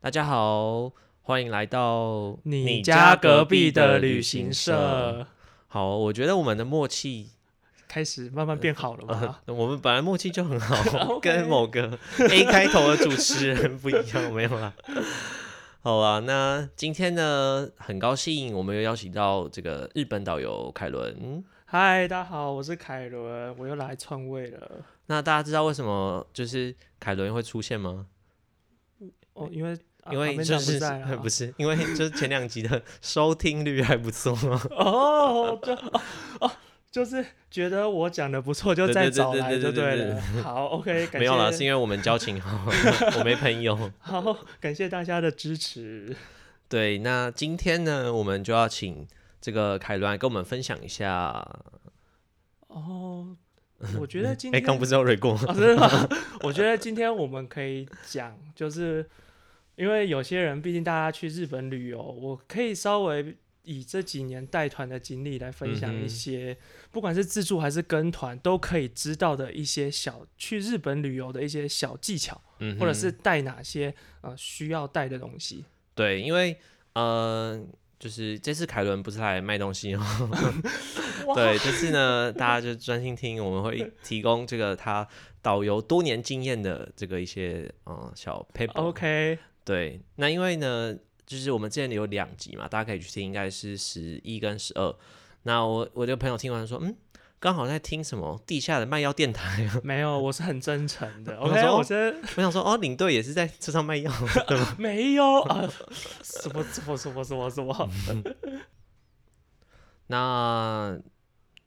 大家好，欢迎来到你家隔壁的旅行社。社好，我觉得我们的默契， 开始慢慢变好了吗？呃， 我们本来默契就很好， OK 跟某个 A 开头的主持人不一样，没有啦。好啦，那今天呢，很高兴我们又邀请到这个日本导游凯伦。 嗨，大家好，我是凯伦，我又来篡位了。那大家知道为什么就是凯伦会出现吗？哦，因为、啊、因为阿就美长是 不在啊，不是因为就是前两集的收听率还不错，哦，就哦哦，就是觉得我讲的不错，就对再对对找对来对就对对了。好，OK，感谢没有啦，是因为我们交情 好，我没朋友。好，感谢大家的支持。对，那今天呢，我们就要请这个凯伦来跟我们分享一下。哦，我觉得今 哎，天刚不是有蕊 过吗？哦，真的吗？我觉得今天我们可以讲，就是因为有些人，毕竟大家去日本旅游，我可以稍微以这几年带团的经历来分享嗯哼一些，不管是自助还是跟团，都可以知道的一些小去日本旅游的一些小技巧，嗯哼，或者是带哪些呃需要带的东西。对，因为呃，就是这次凯伦不是来卖东西哦， 哇对，这次呢，大家就专心听，我们会提供这个他导游多年经验的这个一些嗯小 paper。 OK，对，那因为呢，就是我们之前有两集嘛，大家可以去听，应该是十一跟十二。那我我的朋友听完说，嗯，刚好在听什么地下的卖药电台啊。 没有，我是很真诚的。我 OK，说我是我想说，哦，领队也是在车上卖药， 对吗？没有啊， 什么什么什么什么什么。那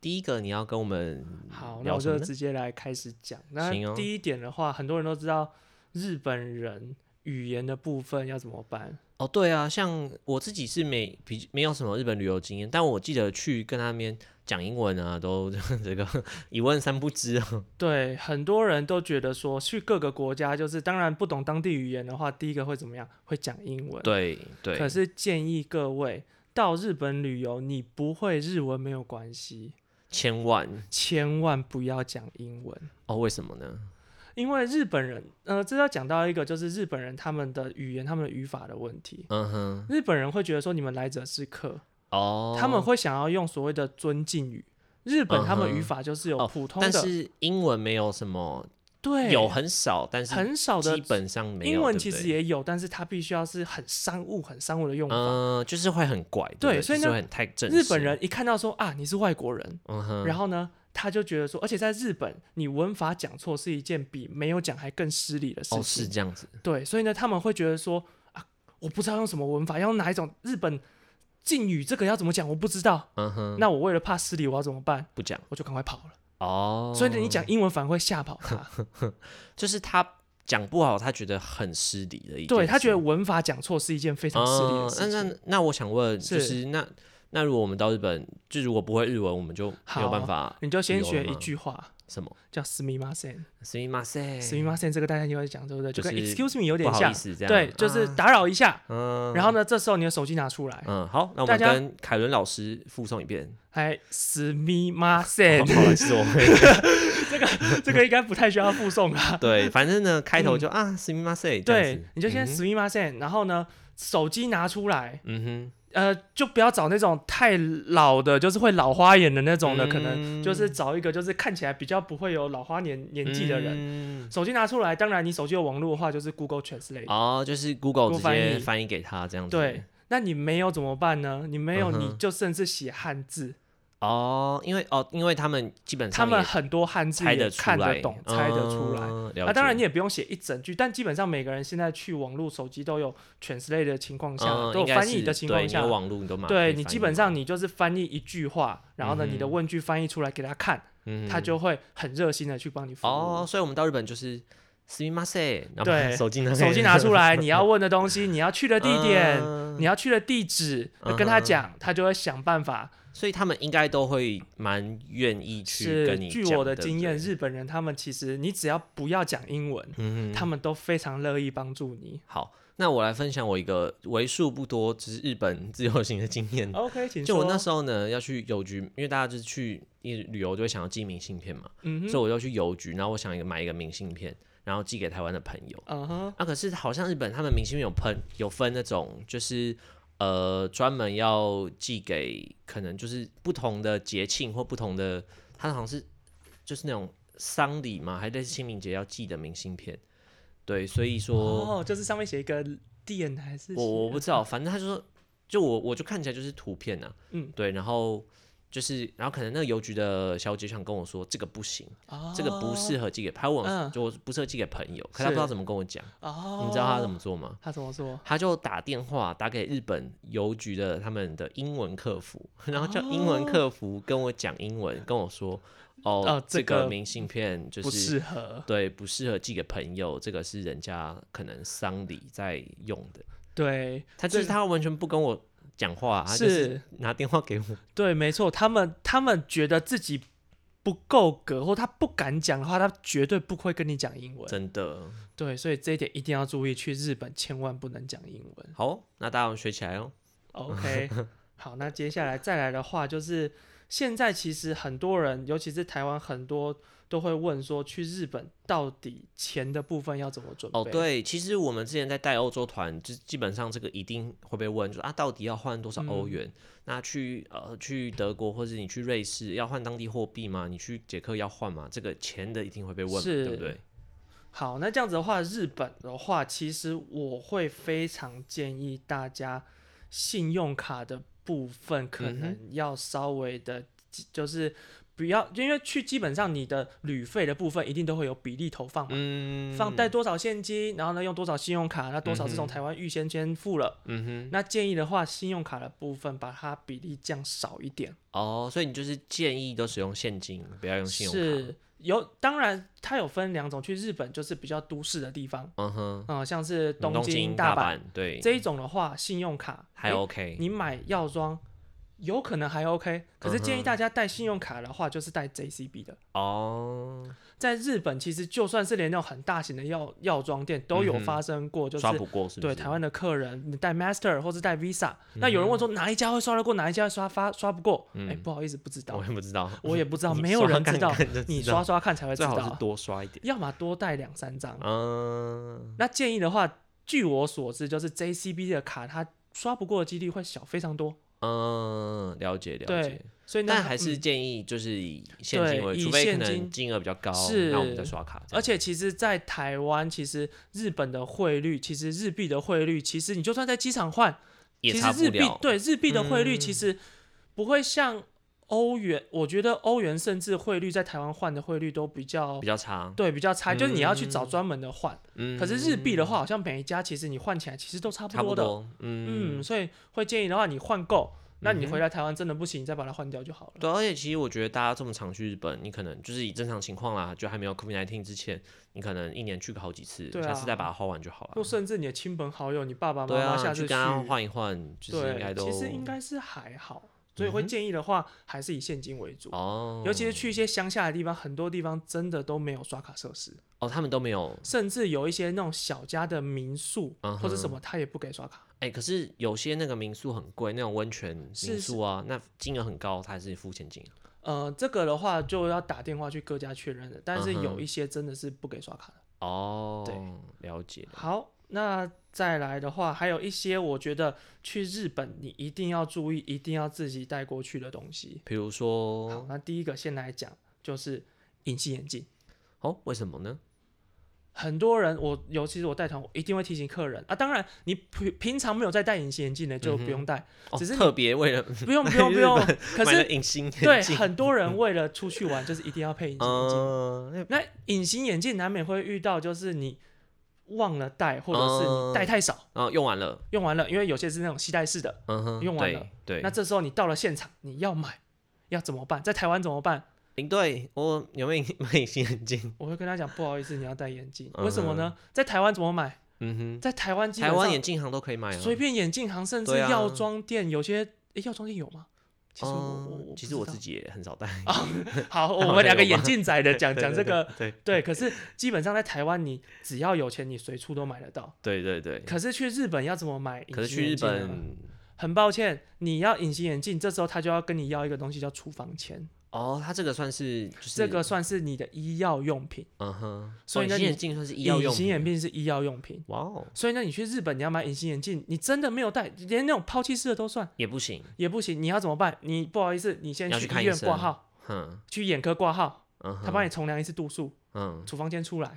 第一个你要跟我们好，嗯那聊我什么就呢？直接来开始讲。那行哦第一点的话，很多人都知道日本人语言的部分要怎么办。哦，对啊，像我自己是没比没有什么日本旅游经验，但我记得去跟他们讲英文啊，都这个 一问三不知啊。对，很多人都觉得说去各个国家，就是当然不懂当地语言的话，第一个会怎么样？会讲英 文。。对对，可是建议各位到日本旅游，你不会日文没有关系，千万千万不要讲英文。哦，为什么呢？因为日本人，呃，这要讲到一个就是日本人他们的语言、他们的语法的问题。嗯哼，日本人会觉得说你们来者是客，哦，他们会想要用所谓的尊敬语。日本他们嗯哼语法就是有哦普通但的，是英文没有什么，对，有很少，但是很少的基本上没有。英对文不其实对也有，但是它必须要是很商务、很商务的用法。嗯、就是会很怪，对不对对，所以就是呢会很太正式。日本，人一看到说啊你是外国人，嗯哼，然后后呢他就觉得说，而且在日本你文法讲错是一件比没有讲还更失礼的事哦是情。这样子，对，所以呢他们会觉得说啊我不知道用什么文法，要用哪一种日本敬语，这个要怎么讲我不知道。嗯哼，那我为了怕失礼，我要怎么办？不讲我就赶快跑了。哦。所以呢，你讲英文反而会吓跑他。就是他讲不好，他觉得很失礼的一件事，对他觉得文法讲错是一件非常失礼的哦事那情。那那我想问，就是是那那如果我们到日本，就如果不会日文，我们就没有好办法你就先学有了一吗句话，什么？叫 s m i m a s e n すみません， s m i m a s e n 这个大家也会讲，对不对？就跟哎就是 excuse me 有不点好像意，思，这样啊对，就是打扰一下。嗯，然后呢，这时候你的手机拿出来，嗯，好，那我大们家跟凯伦老师附送一遍。还 s m i m a s e 不 n 好意思，哦我会这个应该不太需要附送 啦。对，反正呢，开头就啊，すみません，这样嗯对子，你就先嗯哼 s m i m a s e n 然后呢，手机拿出来，嗯呃，就不要找那种太老的，就是会老花眼的那哼，种的，可能能就是找一个就是看起来比较不会有老花年年纪的人。人手机拿出来，当然你手机有网络的话，就是 Google Translate。哦，就是 Google 直 Google 翻接译翻译给他这样子。对，那你没有怎么办呢？你没有，嗯哼你就甚至写汉字，哦，因为哦，因为他们基本上他们也很多汉字猜也得出看来得懂，猜得出来。嗯了那、当然，解你也不用写一整句，但基本上每个人现在去网络、手机都有 Translate 的情况下，嗯都有应该啊翻译是的情对况你下有，网络你都马可以对翻你译基本嘛，上你就是翻译一句话，然后呢，你的嗯哼问句翻译出来给他看，嗯他哼就会很热心的去帮你服务。哦，所以我们到日本就是すみません，然后把 对手机拿手机拿出来，你要问的东西，你要去的地点， 嗯你要去的地址，嗯跟他哼讲，他就会想办法。所以他们应该都会蛮愿意去是跟你据讲我的对不经对验，日本人他们其实你只要不要讲英文，嗯哼他们都非常乐意帮助你。好，那我来分享我一个为数不多只是日本自由行的经验。 OK，嗯请就我哦说那时候呢，要去邮局，因为大家就是去一旅游就会想要寄明信片嘛，嗯哼所以我就去邮局，然后我想一个买一个明信片，然后寄给台湾的朋友。嗯哼，啊，可是好像日本他们明信片有喷有分那种，就是呃专门要寄给可能就是不同的节庆或不同的，它好像是就是那种丧礼嘛，还类似清明节要寄的明信片。对，所以说、哦，就是上面写一个店还是我我不写知道，反正他就说，就我我就看起来就是图片啊，嗯，对，然后就是然后可能那个邮局的小姐想跟我说这个不行，哦这个不适合寄给，她问我嗯就我不适合寄给朋友，可她不知道是怎么跟我讲，哦，你知道她怎么做吗？他怎么说？他就打电话打给日本邮局的他们的英文客服，然后叫英文客服跟我讲英文，跟我说，哦，哦这这个个明信片就不是适合，对不适合寄给朋友，这个是人家可能丧礼在用的。对他就是这个他完全不跟我讲话，啊他就是是拿电话给我。对，没错，他们他们觉得自己不够格，或他不敢讲的话，他绝对不会跟你讲英文。真的对，所以这一点一定要注意，去日本千万不能讲英文。好哦，那大家要学起来哦。 OK，好， 那接下来再来的话就是，现在其实很多人，尤其是台湾很多都会问说，去日本到底钱的部分要怎么准备？哦，，对，其实我们之前在带欧洲团，就基本上这个一定会被问，就是啊，到底要换多少欧嗯元？那去呃去德国或者你去瑞士要换当地货币吗？你去捷克要换吗？这个钱的一定会被问嘛，对不是对？好，那这样子的话，日本的话，其实我会非常建议大家，信用卡的部分可嗯哼能要稍微的，就是不要，因为去基本上你的旅费的部分一定都会有比例投放嘛，嗯，放带多少现金，然后呢用多少信用卡，那多少是嗯从哼台湾预先先付了。嗯那建议的话，信用卡的部分把它比例降少一点。哼，哦，所以你就是建议都使用现金，不要用信用卡。是有，当然它有分两种，去日本就是比较都市的地方，嗯哼，嗯、像是东东京、大阪，对，这一种的话，信用卡还诶 OK。你买药妆有可能还 OK，可是建嗯议哼大家带信用卡的话，就是带 JCB 的。哦，在日本，其实就算是连那种很大型的药药妆店都有嗯哼发生过，就是刷不过是不对是？台湾的客人，你带 Master 或是带 Visa，、那有人问说哪一家会刷得过，哪一家会刷发刷不过？哎、嗯不好意思，不知道我，也不知道，我也不知道，你没有刷人看知道，看就你知刷道刷看才会知 最好是道。多刷一点。要么多带两三张。嗯，那建议的话，据我所知，就是 JCB 的卡它刷不过的几率会小非常多，嗯，了解了对解。所以那但它还是嗯建议就是以现金对为，以除非可现能金金额比较高，是那我们再刷卡这样。而且其实，在台湾，其实日本的汇率，其实日币的汇率，其实你就算在机场换，也其差实不日币了，对日币的汇率嗯其实不会像欧元，我觉得欧元甚至汇率在台湾换的汇率都比较比较差。对比较差，就是你要去找嗯专门的换。嗯，可是日币的话，好像每一家其实你换起来其实都差不差不的，多，嗯嗯，，所以会建议的话，你换够，那你嗯哼回来台湾真的不行，你再把它换掉就好了。对。而且其实我觉得大家这么常去日本，你可能就是以正常情况啦，就还没有 COVID 1 9之前，你可能一年去个好几次，对下次再啊把它花完就好或了。甚至你的亲朋好友，你爸爸妈对妈啊，下次去跟他换一换，就是应该对，都其实应该是还好，所以会嗯哼建议的话，还是以现金为主。哦，尤其是去一些乡下的地方，很多地方真的都没有刷卡设施，哦，他们都没有。甚至有一些那种小家的民宿、嗯哼或者什么，他也不给刷卡。哎、可是有些那个民宿很贵，那种温泉民是是宿啊，那金额很高，他还是付现金啊。呃，这个的话就要打电话去各家确认了，但是嗯哼有一些真的是不给刷卡的。哦，对，了解。好，那再来的话，还有一些我觉得去日本你一定要注意，一定要自己带过去的东西。比如好说，，那第一个先来讲就是隐形眼镜。哦，为什么呢？很多人，我尤其是我带团，我一定会提醒客人啊。当然，你平平常没有在戴隐形眼镜的就不 用戴，哦，只是你特别为了不用不用不用。可买了是隐形眼镜，对很多人为了出去 玩，就是一定要配隐形眼镜。嗯，那那隐形眼镜难免会遇到，就是你忘了戴，或者是嗯你戴太少，然后用完了，用完了，因为有些是那种系带式的。嗯哼，用完了对，对，那这时候你到了现场，你要买，要怎么办？在台湾怎么办？领队，我有没有买隐形眼镜？我会跟他讲，不好意思，你要戴眼镜。嗯为什么呢？在台湾怎么买？嗯在台湾哼，基本台上湾眼镜行都可以买啊。随便眼镜行，甚至对啊药妆店，有些诶药妆店有吗？其实我、我嗯我其实我自己己也很少戴，好，好我像们两个有吧眼镜仔的 讲对讲这个，，对对。可是基本上在台湾，你只要有钱，你随处都买得到。对对对对。可是去日本要怎么买隐可是形去日眼镜呢？啊本，很抱歉，你要隐形眼镜，这时候他就要跟你要一个东西叫处方签。哦，它这个算是就是啊这个，算是你的医药用品，嗯哼，所以哦那隐形你眼镜算是医药用隐形品，啊眼镜是医药用品。哇哦，所以呢，你去日本你要买隐形眼镜，你真的没有带，连那种抛弃式的都算也不行，也不行。你要怎么办？你不好意思，你先要去去看医医院生挂号，哼，去眼科挂号，嗯哼，他帮你重量一次度数，嗯，处方间出来，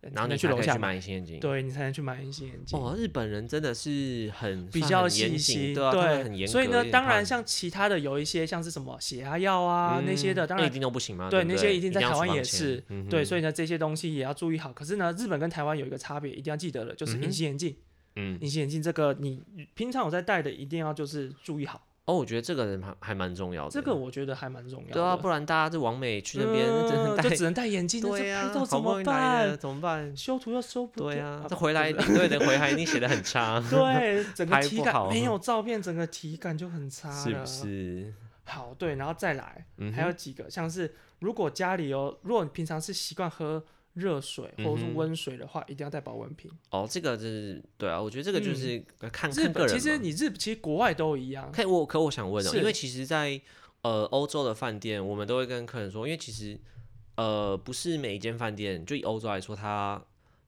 呃然后你才能你去才楼可以下去，买隐形眼镜，对你才能去买隐形眼镜。哦，日本人真的是很比算较很细严心，谨，对啊，他们很严格，所以呢，也当然怕像其他的有一些像是什么血压药啊、那些的，嗯当那然一定都不行嘛，对不那些一定在要台湾处方也签是，嗯对，哼所以呢这些东西也要注意好。可是呢，日本跟台湾有一个差别，一定要记得了，就是嗯哼隐形眼镜。嗯，隐形眼镜这个你平常有在戴的，一定要就是注意好，哦，我觉得这个人还还蛮重要的，这个我觉得还蛮重要的。对啊，不然大家这往美去那边真的嗯戴就 只能戴眼镜，那对这呀拍，照好怎不容么易来了办？怎么办？修图又修不对掉啊，啊这回来不是领队的回函一定写的很差，对整个拍体不感好没有照片，整个体感就很差 是了不是？好，对，然后再来，嗯还有哼，几个，像是如果家里有，如果你平常是习惯喝热水或者嗯是哼温水的话，一定要带保温瓶。哦，这个就是对啊，我觉得这个就嗯是呃看日看个本人其实嘛。你日其实国外都一样，可以，我可我想问哦，因是为其实在，呃欧洲的饭店，我们都会跟客人说，因为其实呃不是每一间饭店，就以欧洲来说，它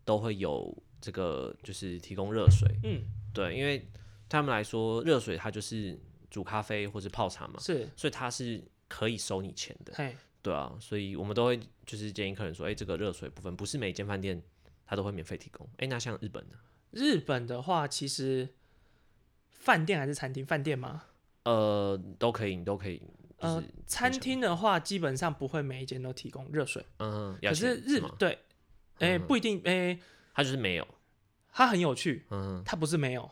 都会有这个就是提供热水，嗯，对，因为对他们来说热水它就是煮咖啡或是泡茶嘛，是，所以它是可以收你钱的，嘿，对啊，所以我们都会就是建议客人说，哎、这个热水部分不是每一间饭店它都会免费提供，哎、那像日本呢？日本的话，其实饭店还是餐厅？饭店吗？呃，都可以，你都可以，就是呃，餐厅的话，基本上不会每一间都提供热水，嗯，要可是钱日吗对，哎、嗯不一定，哎、它就是没有。它很有趣，嗯，它不是没有，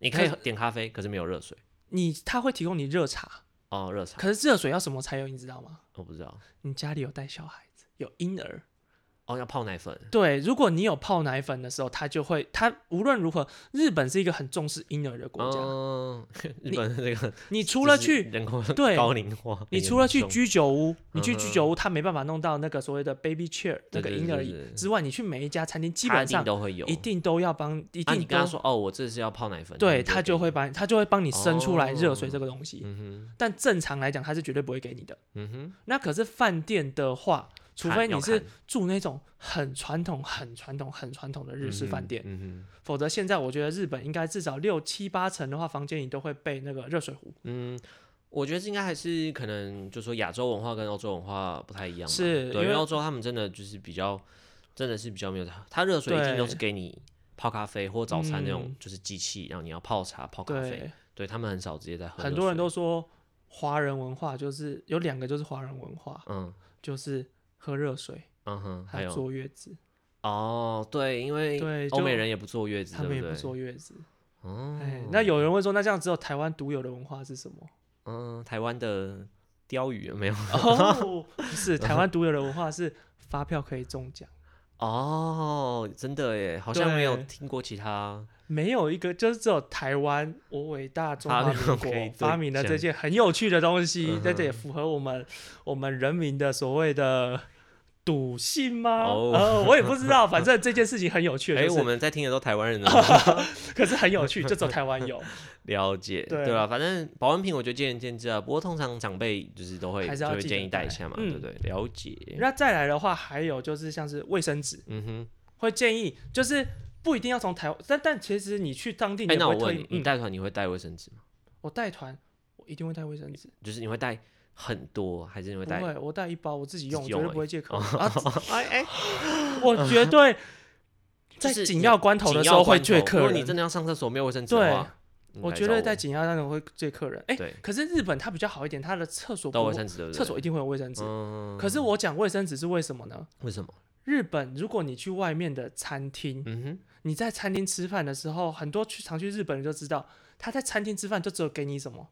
你可以可点咖啡，可是没有热水你它会提供你热茶，哦，热茶可是热水要什么才有，你知道吗？我不知道你家里有带小孩子，有婴儿，哦，要泡奶粉对，如果你有泡奶粉的时候，它就会，它无论如何，日本是一个很重视婴儿的国家。嗯， 日你本这个你 除了就是去，人口对高龄化，你除了去居酒屋，你去嗯居哼酒屋，它没办法弄到那个所谓的 baby chair 那对个对婴儿对椅对之外，你去每一家餐厅，基基本定上都会有，一定都要帮，一啊，你定跟他都说哦，我这是要泡奶粉，对，他它就会帮，它就会帮你生出来热水哦这个东西。嗯哼但正常来讲，它是绝对不会给你的。嗯哼，那可是饭店的话，除看非你要是看住那种很传统、很传统、很传统的日式嗯饭哼店。嗯哼否则现在我觉得日本应该至少六七八成的话，房间里都会备那个热水壶。嗯。我觉得这应该还是可能，就说亚洲文化跟欧洲文化不太一样吧，是对，因因为为欧洲他们真的就是比较，真的是比较没有它，它热水一定都是对给你泡咖啡或早餐那种嗯，就是机器，然后你要泡茶、泡哦咖啡，对，对他们很少直接在喝热水。很多人都说华人文化就是有两个，就是华人文化，嗯就是喝热水，嗯哼，还还有有坐月子，哦，对，因为对欧就美人也不坐月子，他对们也对？不坐月子。哦哎，，那有人会说，那这样只有台湾独有的文化是 什么？嗯，台湾的鲷鱼没有 哦，不是台湾独有的文化是发票可以中奖，哦，真的耶，好像没有对听过其他没有一个就是只有台湾，我伟大中华发票可以民兑国发明了奖这件很有趣的东西嗯，在哼这也符合我们我们人民的所谓的赌性吗？哦呃，我也不 知道，反正这件事情很有趣的哎，就是，我们在听的都台湾人 的可是很有趣，就只有台湾 有，了解，对对吧？啊反正保温瓶我觉得见仁见智啊，不过通常长辈就是都会还是就要会记建得议带一带下嘛，对嗯不对？了解，那再来的话，还有就是像是卫生纸，嗯哼。会建议就是不一定要从台湾，但但其实你去当地你哎，也那不我会特问意你，，你嗯带团你会带卫生纸吗？我带团我一定会带卫生纸。就是你会带很多，还是你会不带？会，我带一包，我自己自用，我己绝用对而不会已借 口。啊，哎哎，我绝对 就在是紧你要关头紧的时要候会关头借如客果你真人。的要上厕所没有卫生纸对的话，你我来绝找对在紧要关头会借客人。哎、对可是日本它比较好一点，它的厕所都有不卫会生纸，对不对？厕所一定会有卫生纸。嗯，可是我讲卫生纸是为什么呢？为什么？日本如果你去外面的餐厅，嗯哼，你在餐厅吃饭的时候，很多去常去日本人就知道，他在餐厅吃饭就只有给你什么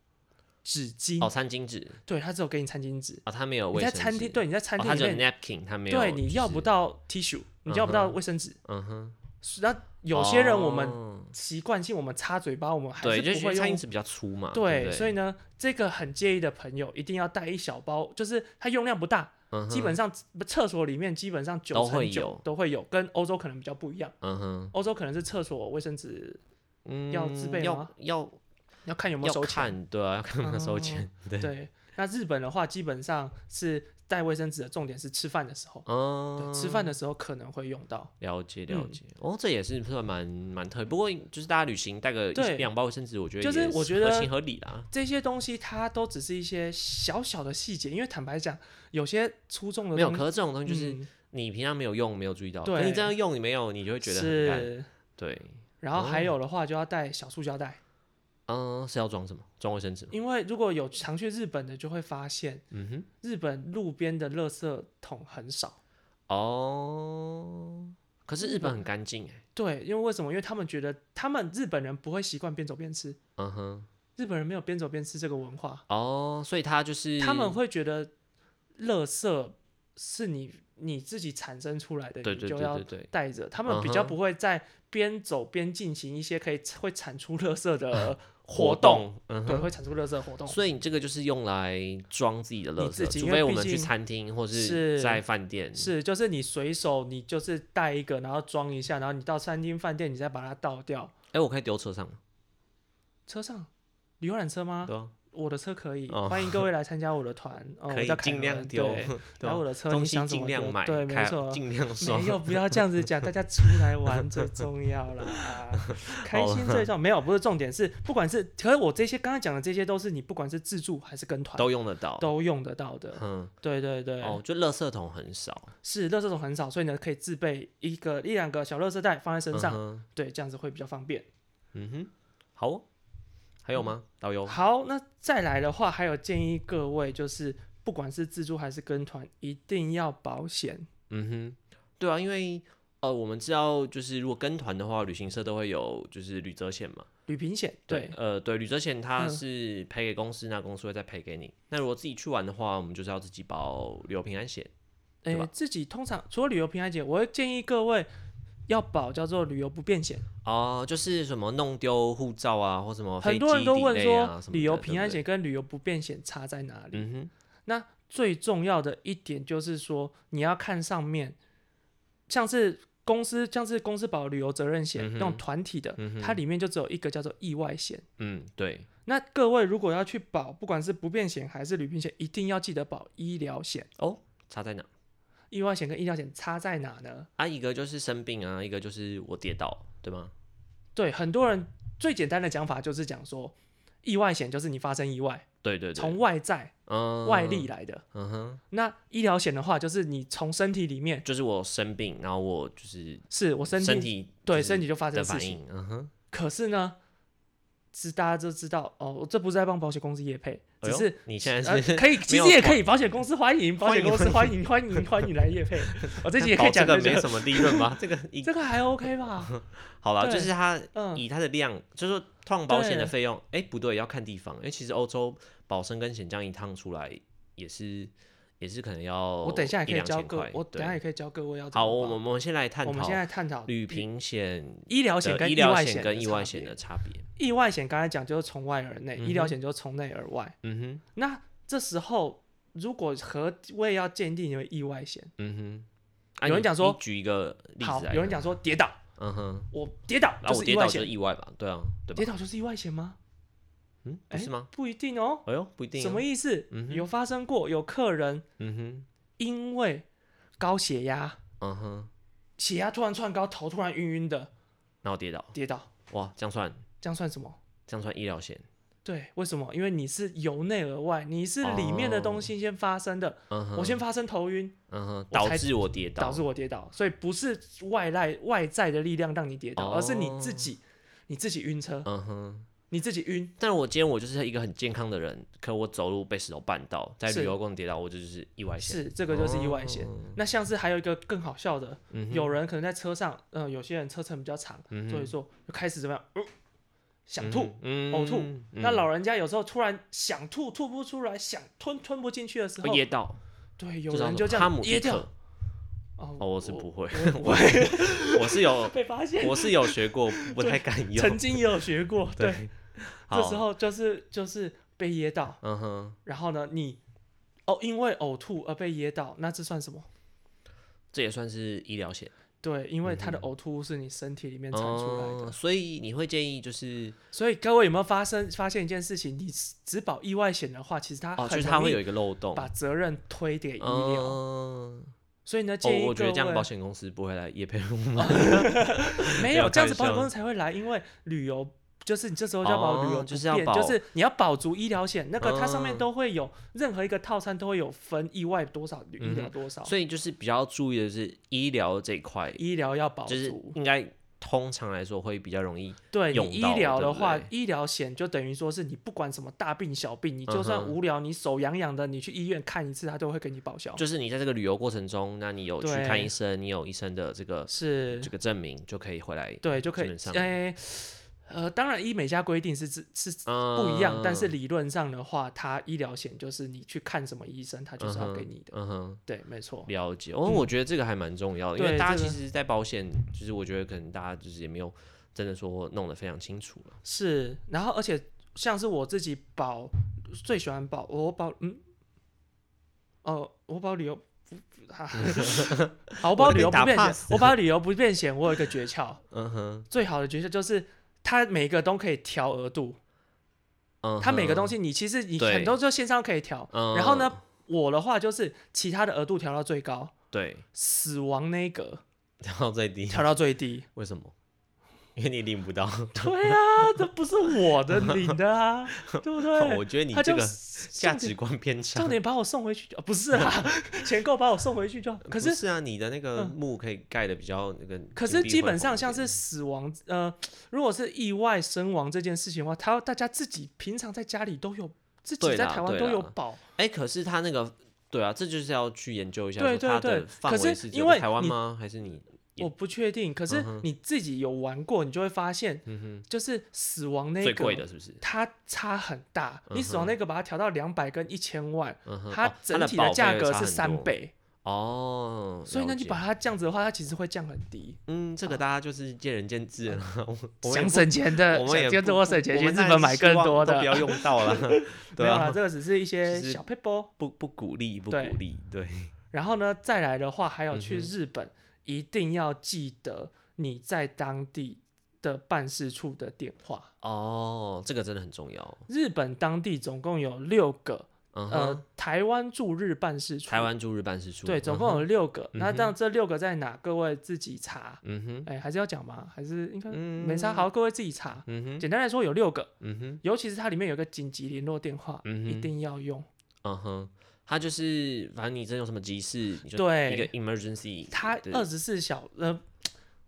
纸巾，哦，餐巾纸对他只有给你餐巾纸。啊，它没有你卫在生纸。餐厅，对，你在餐哦，厅它里只有面， napkin，它没有。对，你要不。到 tissue，你要不到嗯哼卫生纸。嗯哼，那有些人我们们习惯性，我们擦嘴巴，我们还对，是就是不会餐用巾。纸比较粗嘛。对，对，所以呢，这个很介意的朋友一定要带一小包，就是它用量不大，以基本上厕所里面基本上嗯九都会成有九都会有，跟欧洲可能比较不一样。嗯哼，欧洲可能是厕所卫生纸，嗯要自备要吗要要看有没有嗯要收钱。看，对啊，要看有没有收钱。对，对，那日本的话，基本上是带卫生纸的重点是吃饭的时候，嗯哦对，，吃饭的时候可能会用到。了解了嗯解，哦，这也是算蛮蛮特别。不过就是大家旅行带个一对两包卫生纸，我觉得就是也我合觉得情合理啦。这些东西它都只是一些小小的细节，因为坦白讲，有些出众的没有，东可是这种东西就是嗯你平常没有用，没有注意到，对可你这样用，你没有，你就会觉得很干。是，对，然后还哦有的话就要带小塑胶袋，嗯，是要装什么？装卫生纸吗？因为如果有常去日本的就会发现，嗯哼，日本路边的垃圾桶很少。哦，可是日本很干净哎，对，因为为什么？因为他们觉得他们日本人不会习惯边走边吃，嗯哼，日本人没有边走边吃这个文化，哦，所以他就是他们会觉得垃圾是你你自己产生出来的，对对你对就要对对，带着，他们嗯比较不会在边走边进行一些可以会产出垃 圾的活动，，嗯对，哼。会产出垃圾的活动。所以你这个就是用来装自己的哦你垃自圾，己除因为非我毕们去竟餐厅或是在饭店，是，就是你随手你就是带一个，然后装一下，然后你到餐厅、饭店，你再把它倒掉。哎、我可以丢车上吗？车上游览车吗？对啊，我的车可以，哦欢迎各位来参加我的团。哦、 可我以叫凯尽量伦丢，对 对然后啊我的车东你西想怎尽么量丢买，对，没开错。尽量刷没。有，不要这样子讲，大家出来玩最重要啦， 开心最重要。没有，不是重点是，不管是，可是我这些刚才讲的这些，都是你不管是自助还是跟团都用得到。都用得到 的。嗯，对对对，哦，就垃圾桶很少，是，垃圾桶很少，所以呢可以自备一个一两个小垃圾袋放在身上，嗯对，这样子会比较方便。哼，嗯哼好、哦，还有嗯吗？导游，好，那再来的话，还有建议各位就是。不管是自助还是跟团，一定要保险。嗯哼，对啊，因为呃，我们知道就是如果跟团的话，旅行社都会有就是旅责险嘛。旅行险，对，呃，对，旅责险它嗯是赔给公司，那公司会再赔给你。那如果自己去玩的话，我们就是要自己保旅游平安险。对诶、吧自己通常除了旅游平安险，我会建议各位要保叫做旅游不便险。哦、就是什么弄丢护照啊，或什么飞很机多人都问 delay 啊说什，么旅游的平安，险对跟旅游不便险差在哪不里？对嗯哼，那最重要的一点就是说，你要看上面，像是公司，像是公司保旅游责任险、嗯哼那种团体的，嗯哼它里面就只有一个叫做意外险。嗯，对，那各位如果要去保，不管是不便险还是旅行险，一定要记得保医疗险。哦，差在哪？意外险跟医疗险差在哪呢？啊，一个就是生病啊，一个就是我跌倒，对吗？对，很多人最简单的讲法就是讲说，意外险就是你发生意外，对对对，从外在、嗯外力，来的。嗯哼，那医疗险的话，就是你从身体里面，就是我生病，然后我就是是我身体身体对就是身体就发的生事反情。应，嗯哼，可是呢，是大家都知道哦，我这不是在帮保险公司业配，哎只呦是、你现在呃是可 以，其有实也管可以，保险公司欢迎，保欢险迎公司欢迎，欢迎，欢迎来 业配。我这集也可以保讲这个这没个什么利润吧？这个一 这个还 OK 吧？好了，就对是它嗯，以它的量，就是说趟保险的对费用，哎，不对，要看地方，哎，其实欧洲保生跟险这样一趟出来也是也是可能要，我等一下也可以教各各，我等一下也可以教各位要怎么好，我保们我们先来探我们讨现在探讨旅平险。医疗险的跟医意疗外险跟的意差外险别的差别，意外险刚才讲就是从外而内，医嗯疗哼险就是从内而外。嗯哼，那这时候如果何我也要鉴定你们意外险，嗯哼。啊有人你讲说你举一个例子好来，看，有人讲说跌倒，嗯哼，我跌倒然就后我是跌意倒外就是险，意外吧？对啊，对吧跌？倒就是意外险吗？嗯，不哎是吗？不一定哦，哎呦，不一定。什么？意思？嗯哼有发生过有客人嗯因为高血压，哼，嗯哼，血压突然窜高，头突然晕晕的然后跌倒，跌倒，哇，这样算这样算什么？这样算医疗险？对，为什么？因为你是由内而外，你是里面的东西先发生的，哦嗯哼，我先发生头晕，嗯哼，我才导致我跌倒，导致我跌倒，所以不是外来外在的力量让你跌倒，哦而是你自己你自己晕车，嗯哼。你自己晕，但我今天我就是一个很健康的人，可我走路被石头绊到，在是旅游过程跌倒，我这就是意外险。是这个就是意外险。哦那像是还有一个更好笑的，嗯哼有人可能在车上，嗯、有些人车程比较长，嗯哼所以说就开始怎么样，呃想吐。，嗯呕吐嗯那老人家有时候突然想吐，吐不出来，想吞吞不进去的时候会，噎到，对，有知道人吗就这哈样姆噎立掉。克哦哦，我是不会，我不会我是有被发 现，我是有学过，不太敢 用。曾经也有学过。对，对，好这时，候就是就是被噎到，嗯哼，然后呢，你哦因为呕吐而被噎到，那这算什么？这也算是医疗险。对，因为它的嗯呕吐物是你身体里面产出来的。哦，所以你会建议就是所以各位有没有发生发现一件事情？你只保意外险的话，其实它哦，就啊很是它容会易有一个漏洞。把责任推给医疗。嗯，所以呢，哦建议、各位我觉得这样保险公司不会来夜配我们。没不有要这样子，开保销险公司才会来，因为旅游就是你这时候就要保旅游哦不就是要便保就是你要保足医疗险，那个它上面嗯都会有，任何一个套餐都会有分意外多少，医嗯疗哼多少，所以就是比较注意的是医疗这一块，医疗要保就是足。应该通常来说会比较容易。对你用医到疗对的不话，对医疗险就等于说是你不管什么大病小病，你就嗯算哼无聊，你手痒痒的，你去医院看一次，它都会给你报销。就是你在这个旅游过程中，那你有去对看医生，你有医生的这个是这，个证明，就可以回来。对，就可基以本上。哎，呃，当然医美家规定是是是嗯，不一样，但是理论上的话，它医疗险就是你去看什么医生，他就是要给你的。嗯哼，对，没错。了解。哦，嗯我觉得这个还蛮重要的，因为对大家这其个实，在保险，就是我觉得可能大家就是也没有真的说弄得非常清楚了。是，然后而且像是我自己保，最喜欢保我保嗯，哦，我保旅游不不啊 好，我保我被旅游打不变险 pass，我保旅游不变险，我有一个诀窍，嗯哼，最好的诀窍就是它每个都可以调额度，嗯哼，它每个东西你其实你对很多就线上可以调，嗯，然后呢，我的话就是其他的额度调到最高，对，死亡那一格然后最低，调到 最低。为什么？因为你领不到。对啊，这不是我的领的啊，对 不对？哦我觉得你他这就个价价值观偏差重。点把我送回去就，呃不是啦， 钱够把我送回去就好。可不是是啊，你的那个嗯墓可以盖的比较那个金碧辉煌一点，可是基本上像是死亡，呃，如果是意外身亡这件事情的话，他大家自己平常在家里都有，自己对在啦台湾对都有啦保，哎，可是他那个对啊，这就是要去研究一下，对说它对的对范可围是只有因为台湾你吗？还是你也我不确定。可是嗯哼嗯你自己有玩过，你就会发现，就是死亡那最个贵的是不是？它差很大。你死亡那个把它调到两百跟一千万，嗯哼，它哦整的体保的费价会格差是很三多倍，哦。所以呢，了你解把它这样子的话，它其实会降很低。嗯，这个大家就是见仁见智了。 我我也嗯想不省钱的，我们也想跟着不我省钱我去们日当本然买希更望多都的不，要用到 了，没对有啦，啊，这个只是一些就是小 p a 不不鼓励，不对鼓励，对，然后呢，再来的话，还有去嗯哼日本、一定要记得你在当地的办事处的电话。哦，这个真的很重要。日本当地总共有六个，嗯哼，呃，台湾驻日办事处，台湾驻日办事处，对，总共嗯哼有六个。那嗯哼这样这六个在哪？各位自己查。嗯哼，哎，还是要讲吗？还是应该嗯没啥好，各位自己查。嗯哼，简单来说，有六个，嗯哼，尤其是它里面有个紧急联络电话，嗯一哼定要用。嗯哼，他就是反正你真有什么急事，你就对一个 emergency，它对二十四小呃，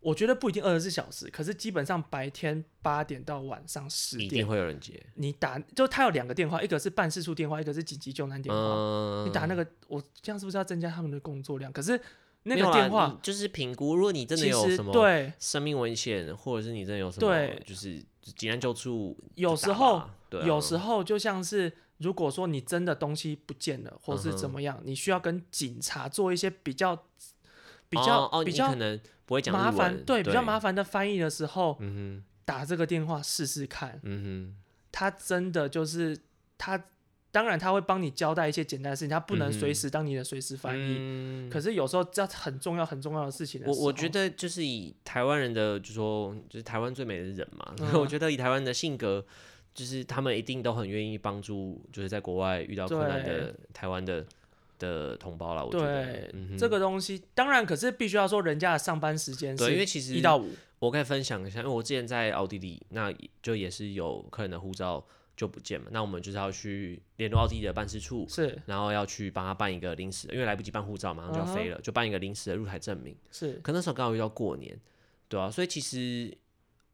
我觉得不一定二十四小时，可是基本上白天八点到晚上十一定点，会有人接，你打就它有两个电话，一个是办事处电话，一个是紧急救难电话。嗯，你打那个，我这样是不是要增加他们的工作量？可是那没有个啦电话你就是评估，如果你真的其有实什么对，生命危险，或者是你真的有什么对就是急难救助，有就时打候吧对啊，有时候就像是如果说你真的东西不见了，或是嗯怎么样，你需要跟警察做一些比较比较、哦哦，比你较可能不会讲麻日烦文，对对比较麻，烦的翻译的时候，嗯哼，打这个电话试试看。嗯他真的就是他，当然他会帮你交代一些简单的事情，他不能嗯哼随时当你的随时哼，翻译。嗯可是有时候这很重要很重要的事情的我时我觉候得就是以台湾人的，就说就是台湾最美的人嘛，所以嗯 我觉得以台湾人的性格，就是他们一定都很愿意帮助，就是在国外遇到困难的台湾的的同胞啦。我觉得对、嗯哼这个东西，当然可是必须要说人家的上班时间对，因为是其实一到五，我可以分享一下，因为我之前在奥地利，那就也是有客人的护照就不见嘛，那我们就是要去联络奥地利的办事处，是然后要去帮他办一个临时的，因为来不及办护照，马上就嗯要飞了，就办一个临时的入台证明。是可那时候刚好遇到过年，对啊，所以其实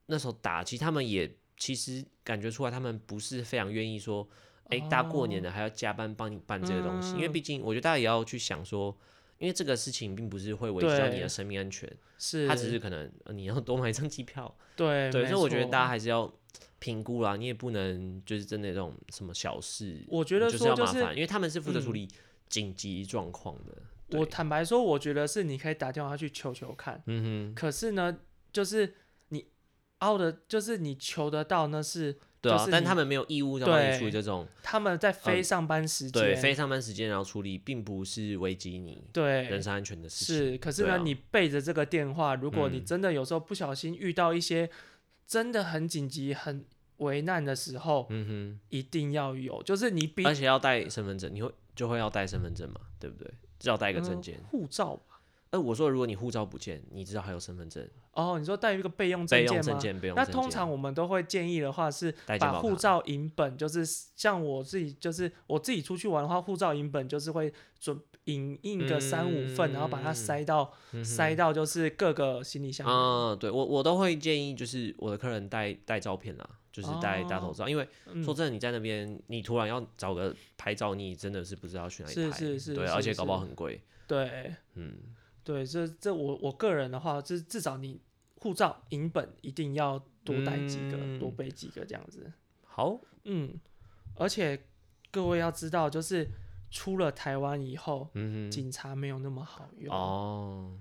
那时候打，其实他们也其实感觉出来，他们不是非常愿意说，哎、大过年的还要加班帮你办这个东西，因为哦嗯毕竟我觉得大家也要去想说，因为这个事情并不是会危及到你对的生命安全，是，它只是可能呃你要多买一张机票，对对，没所以我觉得错大家还是要。评估啦，你也不能就是真的这种什么小事，我觉得就是说要就麻是烦，因为他们是负责处嗯理紧急状况的。我对坦白说，我觉得是你可以打电话去求求看。嗯可是呢，就是你凹的，就是你求得到，那是对啊，就是但你他们没有义务要帮你对处理这种他们在非上班时间、呃对非上班时间然后处理，并不是危及你对人身安全的事情。是，可是对呢，啊你背着这个电话，如果你嗯真的有时候不小心遇到一些真的很紧急、很危难的时候，嗯一定要有，就是你比哼，而且要带身份证，你会就会要带身份证嘛，对不对？至少带一个证件嗯。护照吧。呃，我说如果你护照不见，你至少还有身份证、哦，你说带一个备用备用证件证吗？件、备用那证件。通常我们都会建议的话是带健把保护卡照影本，就是像我自己，就是我自己出去玩的话，护照影本就是会准影印个三五份，然后把它嗯塞到、塞到就是各个行李箱里。嗯，对我我都会建议，就是我的客人带带照片啦，就是带大头照，因为嗯说真的，你在那边你突然要找个拍照，你真的是不知道去哪是里拍，是是对，是而且搞不好是很贵，对嗯，对，这这我我个人的话，就是至少你护照影本一定要多带几个，嗯多备几个这样子。好，嗯，而且各位要知道，就是出了台湾以后，嗯哼，警察没有那么好用。哦，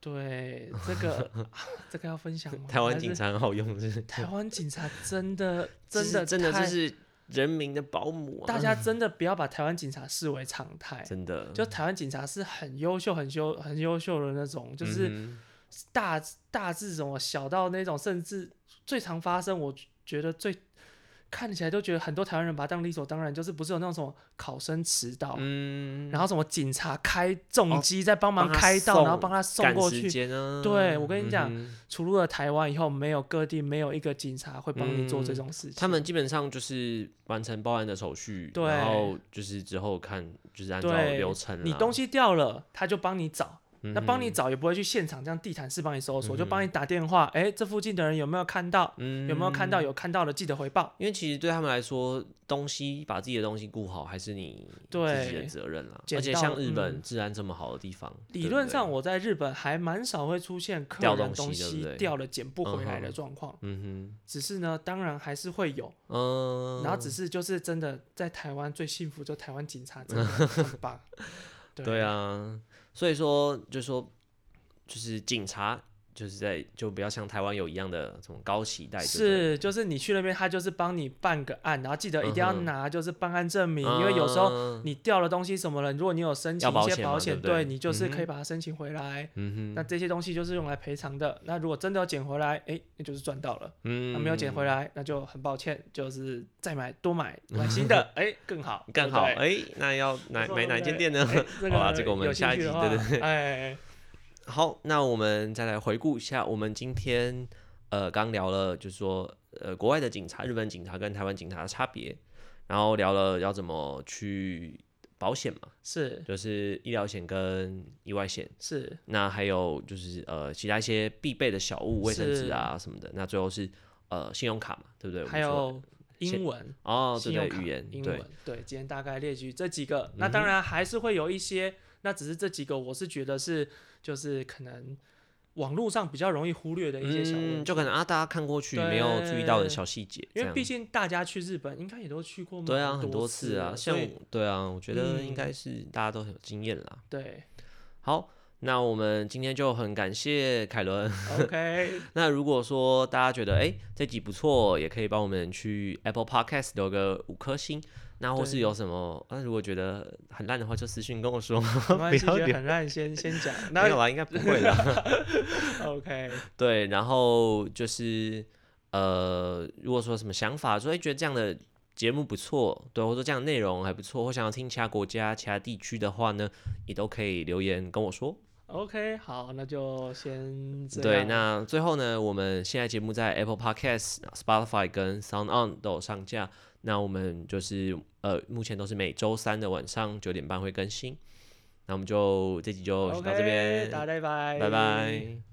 对，这个 啊这个要分享吗？台湾还是警，察很好用， 是不是台湾警察真的 这真的是真的就太是人民的保姆啊，大家真的不要把台湾警察视为常态。真的就台湾警察是很优秀、很优、很优秀的那种，就是嗯大、大致什么小到那种，甚至最常发生，我觉得最看起来都觉得很多台湾人把它当理所当然，就是不是有那种什么考生迟到，哼嗯，哦然后什么警察开重机在帮忙帮他开道，送然后帮他送赶过时去。间啊，对我跟你讲嗯哼除了台湾以后，没有各地没有一个警察会帮你做这种事情。嗯他们基本上就是完成报案的手续，对然后就是之后看就是按照对流程啦，你东西掉了，他就帮你找。嗯那帮你哼，找也不会去现场这样地毯式帮你搜嗯索，就帮你打电话，哎、这附近的人有没有看到？嗯有没有看到？有看到的记得回报。因为其实对他们来说，东西把自己的东西顾好，还是你自己对的责任啦。捡而且到像日嗯本治安这么好的地方，理论上对我在日本还蛮少会出现客掉人东西对不西对掉了捡不回嗯来的哼状况，不对，嗯只是呢，当然还是会有，哼，嗯，然后只是就是真的在台湾最幸福，就台湾警察真的很 棒。对对，啊，所以说就说就是警察就是在就不要像台湾有一样的这种高期待，对不对是就是你去那边，他就是帮你办个案，然后记得一定要嗯哼拿就是办案证明，因为有时候嗯你掉了东西什么了，如果你有申请要一保些险嘛保对险，不对你就嗯是哼可以把它申请回来。嗯那哼，这些东西就是用来赔偿的。那如果真的要捡回来，哎、那就是赚到了。嗯那没有捡回来，那就很抱歉，就是再买多买买新 的，哎、更好，更好对不对哎，那要哪不错买哪对不间对店呢？哎这个 好啦这个我们有兴下一趣的集话对对对哎，好，那我们再来回顾一下，我们今天呃刚聊了，就是说呃国外的警察、日本警察跟台湾警察的差别，然后聊了要怎么去保险嘛，是就是医疗险跟意外险，是那还有就是呃其他一些必备的小物，卫生纸啊什么的。那最后是呃信用卡嘛，对不对？我们还说有英文，哦，信对用对，卡，语言英对嗯文，对，今天大概列举这几个。那当然还是会有一些，那只是这几个，我是觉得是就是可能网络上比较容易忽略的一些小问题，嗯，就可能啊大家看过去没有注意到的小细节，这因为样毕竟大家去日本应该也都去过蛮对啊，很多多次啊，了像所以我对啊，我觉得应嗯该是大家都很有经验啦。 对好，那我们今天就很感谢凯伦。 ，OK，那如果说大家觉得哎、诶这集不错，也可以帮我们去 Apple Podcast 留个五颗星。那或是对有什么，那、如果觉得很烂的话，就私信跟我说。 没关系， 不要觉得留很烂，先先讲，没有那啦，应该不会 啦。 OK，对，然后就是呃，如果说有什么想法，说哎、诶觉得这样的节目不错，对，或者说这样的内容还不错，或想要听其他国家、其他地区的话呢，也都可以留言跟我说。 OK，好，那就先这对，样那最后呢，我们现在节目在 Apple Podcast、Spotify 跟 Sound On 都有上架。那我们就是呃，目前都是每周三的晚上九点半会更新。那我们就这集就 OK，到这边大家拜拜，拜拜。